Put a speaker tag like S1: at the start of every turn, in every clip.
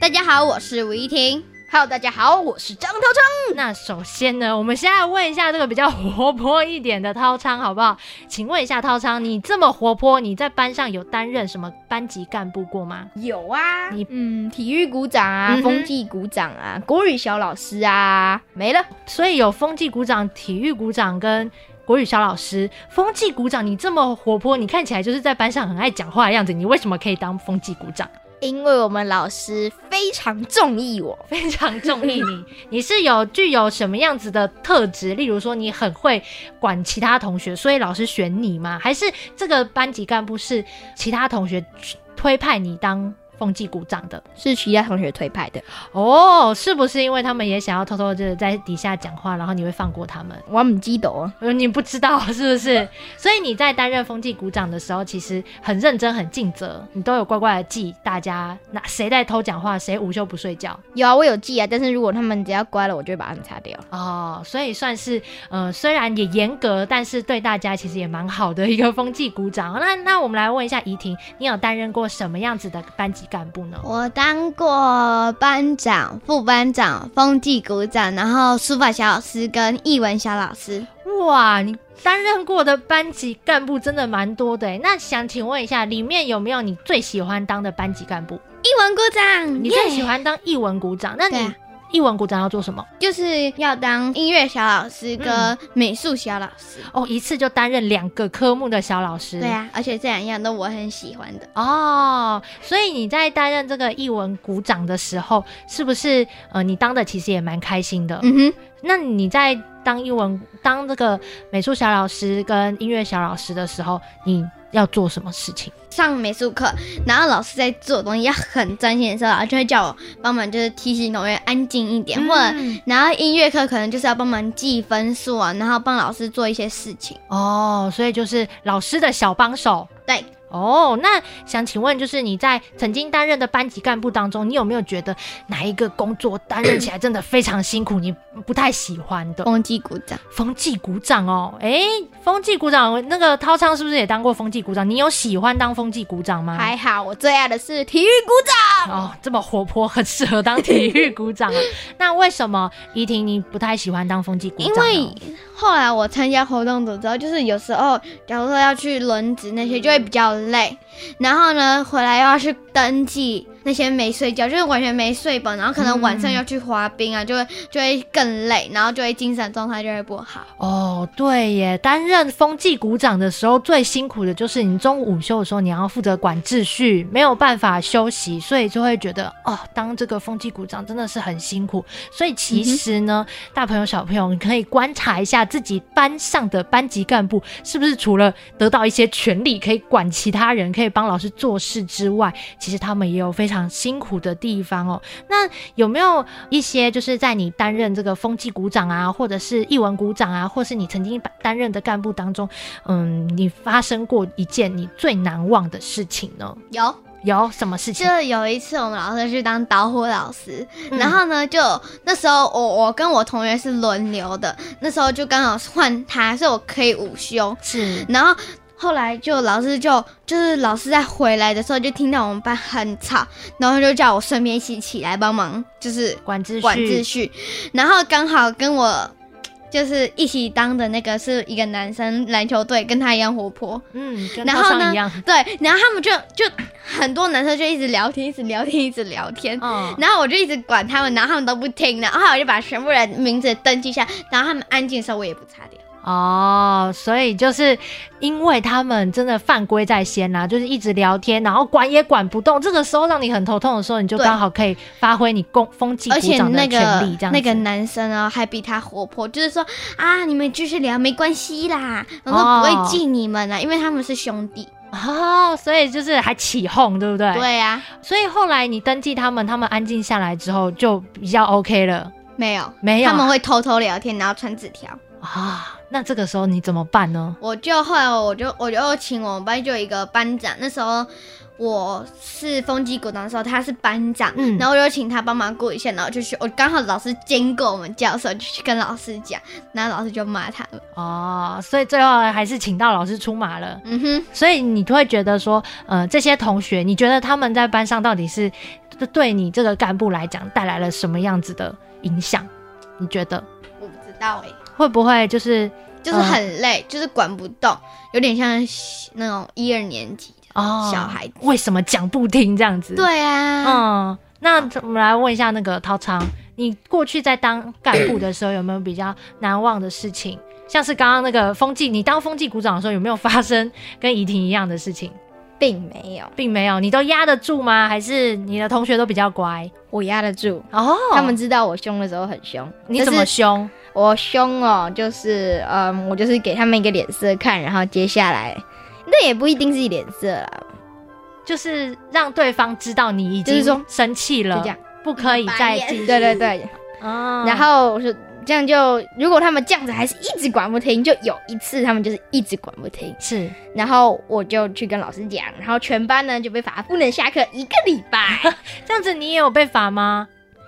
S1: 大家好，我是吴一婷。
S2: Hello，大家好，我是张涛昌。
S3: 那首先呢，我们先来问一下这个比较活泼一点的涛昌，好不好？请问一下涛昌，你这么活泼，你在班上有担任什么班级干部过吗？
S2: 有啊，
S3: 你
S2: 嗯，体育鼓掌啊
S3: 嗯，哼
S2: 风纪鼓掌啊，国语小老师啊，没了。
S3: 所以有风纪股长、体育股长跟国语小老师。风纪股长，你这么活泼，你看起来就是在班上很爱讲话的样子，你为什么可以当风纪股长？
S2: 因为我们老师非常中意我，
S3: 非常中意你， 你是有具有什么样子的特质？例如说，你很会管其他同学，所以老师选你吗？还是这个班级干部是其他同学推派你当风纪股长的？
S2: 是其他同学推派的。
S3: 哦，是不是因为他们也想要偷偷的在底下讲话，然后你会放过他们？
S2: 我们基斗，
S3: 呃，你不知道是不是？所以你在担任风纪股长的时候，其实很认真、很尽责，你都有乖乖的记大家哪谁在偷讲话，谁午休不睡觉
S2: 有啊，我有记啊，但是如果他们只要乖了，我就会把他们擦掉。
S3: 哦。所以算是呃，虽然也严格，但是对大家其实也蛮好的一个风纪股长。那那我们来问一下怡婷，你有担任过什么样子的班级干部呢？
S1: 我当过班长、副班长、风纪股长，然后书法小老师跟译文小老师。
S3: 哇，你担任过的班级干部真的蛮多的诶。那想请问一下，里面有没有你最喜欢当的班级干部？
S1: 译文鼓掌，
S3: 你最喜欢当译文股长，那
S1: 对
S3: 你
S1: 啊
S3: 译文股长要做什么？
S1: 就是要当音乐小老师跟美术小老师。
S3: 哦，一次就担任两个科目的小老
S2: 嗯
S3: 师。
S1: 对。啊，而且这两样都我很喜欢的。
S3: 哦，所以你在担任这个译文股长的时候，是不是呃，你当的其实也蛮开心的？
S1: 嗯哼，
S3: 那你在当译文当这个美术小老师跟音乐小老师的时候，你要做什么事情？
S1: 上美术课，然后老师在做东西要很专心的时候，然后就会叫我帮忙，就是提醒同学安静一点，或者。
S3: 嗯
S1: 然后音乐课可能就是要帮忙记分数啊，然后帮老师做一些事情。
S3: 哦，所以就是老师的小帮手。
S1: 对，
S3: 哦，那想请问，就是你在曾经担任的班级干部当中，你有没有觉得哪一个工作担任起来真的非常辛苦，你不太喜欢的？
S1: 风纪鼓掌，
S3: 风纪股长哦，诶，风纪股长那个涛昌是不是也当过风纪股长？你有喜欢当风纪股长吗？
S2: 还好，我最爱的是体育鼓掌。
S3: 哦，这么活泼，很适合当体育股长 啊。那为什么怡婷你不太喜欢当风纪股
S1: 因
S3: 长呢？啊
S1: 为后来我参加活动组之后，就是有时候假如说要去轮值那些，就会比较累。然后呢，回来又要去登记那些没睡觉，就是完全没睡饱，然后可能晚上
S3: 嗯
S1: 要去滑冰啊，就会就会更累，然后就会精神状态就会不好。
S3: 哦，对耶，担任风纪股长的时候，最辛苦的就是你中午午休的时候，你要负责管秩序，没有办法休息，所以就会觉得哦，当这个风纪股长真的是很辛苦。所以其实呢，大朋友小朋友，你可以观察一下自己班上的班级干部是不是除了得到一些权利，可以管其他人，可以帮老师做事之外，其实他们也有非常辛苦的地方哦。那有没有一些就是在你担任这个风纪股长啊，或者是译文股长啊，或是你曾经担任的干部当中，嗯，你发生过一件你最难忘的事情呢？
S1: 有，
S3: 有什么事情？
S1: 就有一次我们老师去当导火老师，
S3: 嗯
S1: 然后呢，就那时候我我跟我同学是轮流的，那时候就刚好换他，所以我可以午休。
S3: 是
S1: 然后后来就老师就就是老师在回来的时候就听到我们班很吵，然后就叫我顺便一起起来帮忙，就是
S3: 管秩序，
S1: 管秩序。然后刚好跟我就是一起当的那个是一个男生，篮球队跟他一样活泼。
S3: 嗯，跟
S1: 然
S3: 涛
S1: 后
S3: 上
S1: 呢
S3: 一样，
S1: 对，然后他们就就很多男生就一直聊天，一直聊天，一直聊天。
S3: 嗯，
S1: 然后我就一直管他们，然后他们都不听，然后后来我就把全部人名字登记下，然后他们安静的时候我也不擦掉。
S3: 哦，所以就是因为他们真的犯规在先啦、就是一直聊天，然后管也管不动，这个时候让你很头痛的时候，你就
S1: 对
S3: 刚好可以发挥你公风纪
S1: 而
S3: 股
S1: 且
S3: 长
S1: 那个
S3: 的权利，这样子。
S1: 那个男生啊，还比他活泼，就是说啊，你们继续聊没关系啦，我
S3: 哦
S1: 都不会记你们啦，因为他们是兄弟。
S3: 哦，所以就是还起哄，对不对？。
S1: 对啊呀、
S3: 所以后来你登记他们，他们安静下来之后就比较 OK 了，
S1: 没有，
S3: 没有？
S1: 他们会偷偷聊天，然后传纸条。
S3: 啊，那这个时候你怎么办呢？
S1: 我就后来我就我就请我们班就有一个班长，那时候我是风纪股长的时候，他是班长，
S3: 嗯
S1: 然后我就请他帮忙顾一下，然后就去我刚好老师经过我们教室，我就去跟老师讲，然后老师就骂他们，
S3: 哦，所以最后还是请到老师出马了。
S1: 嗯哼，
S3: 所以你会觉得说，呃，这些同学，你觉得他们在班上到底是对你这个干部来讲带来了什么样子的影响？你觉得
S1: 我不知道哎、
S3: 会不会就是
S2: 嗯
S1: 就是很累，就是管不动，有点像那种一二年级的
S3: 哦，
S1: 小孩子。
S3: 为什么讲不听这样子？，
S1: 对啊，
S3: 嗯，那我们来问一下那个陶昌，你过去在当干部的时候有没有比较难忘的事情？像是刚刚那个风纪，你当风纪股长的时候有没有发生跟怡婷一样的事情？
S2: 并没有，
S3: 并没有，你都压得住吗？还是你的同学都比较乖？
S2: 我压得住。
S3: 哦，
S2: 他们知道我凶的时候很凶，
S3: 你
S2: 就
S3: 怎么
S2: 是
S3: 凶？
S2: 我凶哦？就是嗯，我就是给他们一个脸色看，然后接下来那也不一定是脸色啦，
S3: 就是让对方知道你已
S2: 就
S3: 经
S2: 是说
S3: 生气
S2: 就
S3: 了
S2: 这，样。
S3: 不可以再继续。
S2: 对对对，
S1: 嗯
S3: 哦
S2: 然后我说这样就，如果他们这样子还是一直管不听，就有一次他们就是一直管不听，
S3: 是
S2: 然后我就去跟老师讲，然后全班呢就被罚不能下课一个礼拜。
S3: 这样子，你也有被罚吗？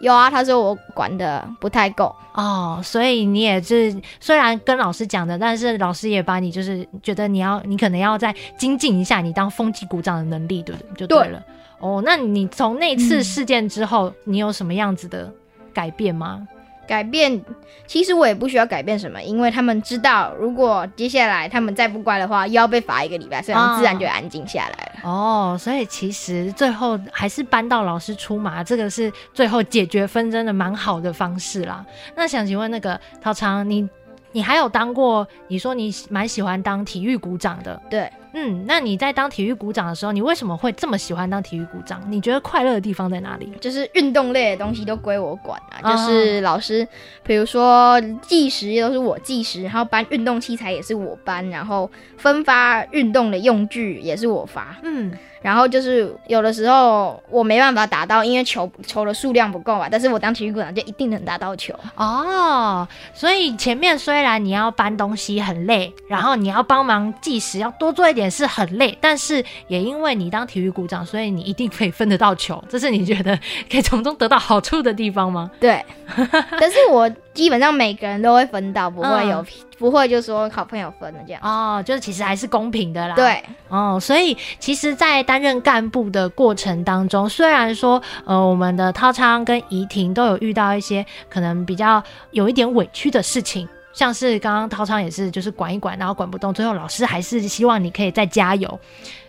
S2: 有啊，他说我管的不太够，
S3: 哦，所以你也是虽然跟老师讲的，但是老师也把你就是觉得你要，你可能要再精进一下你当风纪股长的能力，对不对？就对了。哦，那你从那次事件之后，你有什么样子的改变吗？
S2: 改变其实我也不需要改变什么，因为他们知道如果接下来他们再不乖的话，又要被罚一个礼拜，所以他们自然就安静下来了。
S3: 哦，所以其实最后还是搬到老师出马，这个是最后解决纷争的蛮好的方式啦。那想请问那个陶长，你你还有当过？你说你蛮喜欢当体育股长的，
S2: 对，
S3: 嗯，那你在当体育股长的时候，你为什么会这么喜欢当体育股长？你觉得快乐的地方在哪里？
S2: 就是运动类的东西都归我管啊，
S3: 哦
S2: 就是老师，比如说计时也都是我计时，然后搬运动器材也是我搬，然后分发运动的用具也是我发，
S3: 嗯，
S2: 然后就是有的时候我没办法打到，因为球球的数量不够嘛，但是我当体育股长就一定能打到球。
S3: 哦，所以前面虽然你要搬东西很累，然后你要帮忙计时，要多做一点事很累，但是也因为你当体育股长，所以你一定可以分得到球，这是你觉得可以从中得到好处的地方吗？
S2: 对， 但是我基本上每个人都会分到，不会有、 不会就说好朋友分的这样。
S3: 哦，就是其实还是公平的啦。
S2: 对，啊
S3: 哦，所以其实，在担任干部的过程当中，虽然说，呃，我们的涛昌跟怡婷都有遇到一些可能比较有一点委屈的事情，像是刚刚涛昌也是，就是管一管，然后管不动，最后老师还是希望你可以再加油。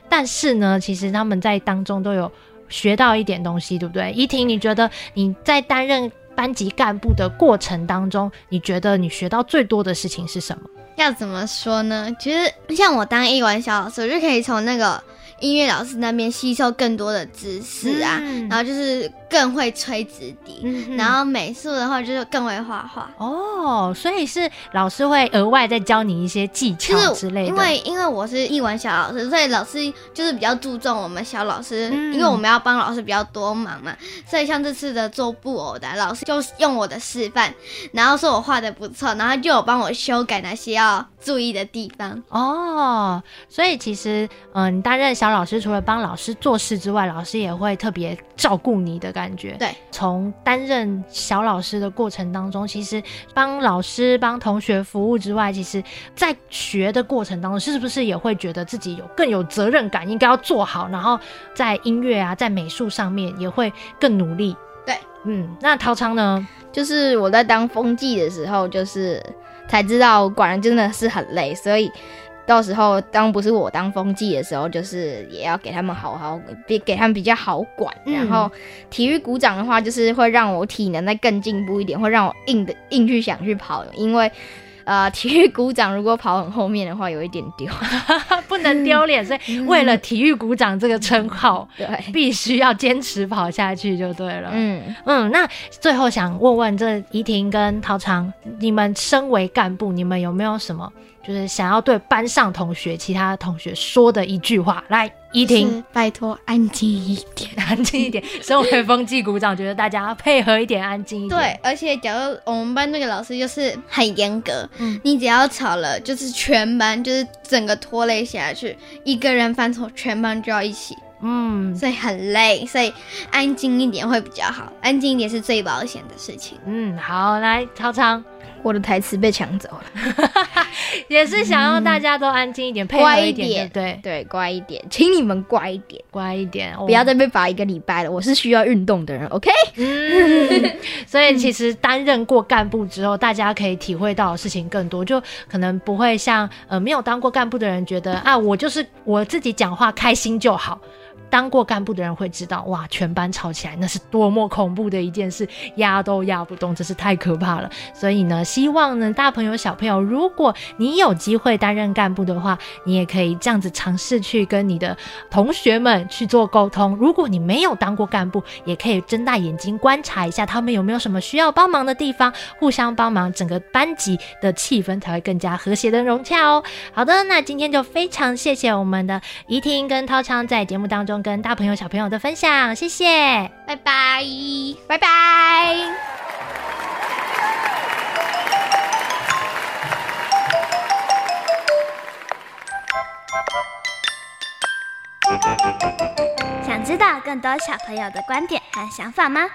S3: 但是呢，其实他们在当中都有学到一点东西，对不对？怡婷，你觉得你在担任班级干部的过程当中，你觉得你学到最多的事情是什么？
S1: 要怎么说呢？其实像我当艺文小老师，我就可以从那个音乐老师那边吸收更多的知识啊，
S3: 嗯
S1: 然后就是更会吹纸笛，
S3: 嗯
S1: 然后美术的话就是更会画画。
S3: 哦，所以是老师会额外再教你一些技
S1: 就
S3: 巧
S1: 是
S3: 之类的，
S1: 因为因为我是艺文小老师，所以老师就是比较注重我们小老师，
S3: 嗯
S1: 因为我们要帮老师比较多忙嘛，所以像这次的做布偶的老师就用我的示范，然后说我画的不错，然后就有帮我修改那些要注意的地方。
S3: 哦，所以其实嗯、呃你担任小老师除了帮老师做事之外，老师也会特别照顾你的感觉。
S1: 对，
S3: 从担任小老师的过程当中，其实帮老师帮同学服务之外，其实在学的过程当中，是不是也会觉得自己有更有责任感，应该要做好，然后在音乐啊，在美术上面也会更努力。
S1: 对，
S3: 嗯，那陶昌呢？
S2: 就是我在当风纪的时候，就是才知道管人真的是很累，所以到时候当不是我当风纪的时候，就是也要给他们好好，比给他们比较好管。
S3: 嗯
S2: 然后体育鼓掌的话，就是会让我体能再更进步一点，会让我硬的硬去想去跑，因为。呃，体育鼓掌如果跑很后面的话，有一点丢。
S3: 不能丢脸，所
S1: 嗯
S3: 以为了体育股长这个称号，
S2: 对，
S3: 必须要坚持跑下去就对了。嗯
S2: 嗯，
S3: 那最后想问问这怡婷跟陶长，你们身为干部，你们有没有什么就是想要对班上同学、其他同学说的一句话。来，依婷，
S2: 嗯
S1: 是拜托安静一点。
S3: 安静 一点。身为风纪鼓掌，觉得大家配合一点，安静一
S1: 对
S3: 点。，
S1: 而且假如我们班那个老师就是很严格，
S3: 嗯
S1: 你只要吵了，就是全班就是整个拖累下去，一个人犯错，全班就要一起，
S3: 嗯，
S1: 所以很累，所以安静一点会比较好，安静一点是最保险的事情。
S3: 嗯，好，来超长，
S2: 我的台词被抢走了。
S3: 也是想要大家都安静一点，配
S2: 嗯
S3: 合
S2: 乖
S3: 一
S2: 一
S3: 点，对
S2: 点
S3: 不对？
S2: 对，乖一点，请你们乖一点，
S3: 乖一点，哦
S2: 不要
S3: 再。
S2: 再被罚一个礼拜了。我是需要运动的人，OK？
S3: 嗯，所以其实担任过干部之后，大家可以体会到的事情更多，就可能不会像呃没有当过干部的人觉得啊，我就是我自己讲话开心就好。当过干部的人会知道，哇，全班吵起来那是多么恐怖的一件事，压都压不动，真是太可怕了。所以呢，希望呢大朋友小朋友，如果你有机会担任干部的话，你也可以这样子尝试去跟你的同学们去做沟通。如果你没有当过干部，也可以睁大眼睛观察一下他们有没有什么需要帮忙的地方，互相帮忙，整个班级的气氛才会更加和谐的融洽哦。好的，那今天就非常谢谢我们的怡婷跟涛昌在节目当中跟大朋友小朋友的分享，谢谢。
S1: 拜拜，
S2: 拜拜。
S4: 想知道更多小朋友的观点和想法吗？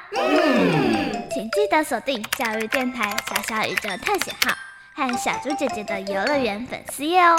S4: 请记得锁定教育电台《小小宇宙探险号》和小猪姐姐的游乐园粉丝页哦。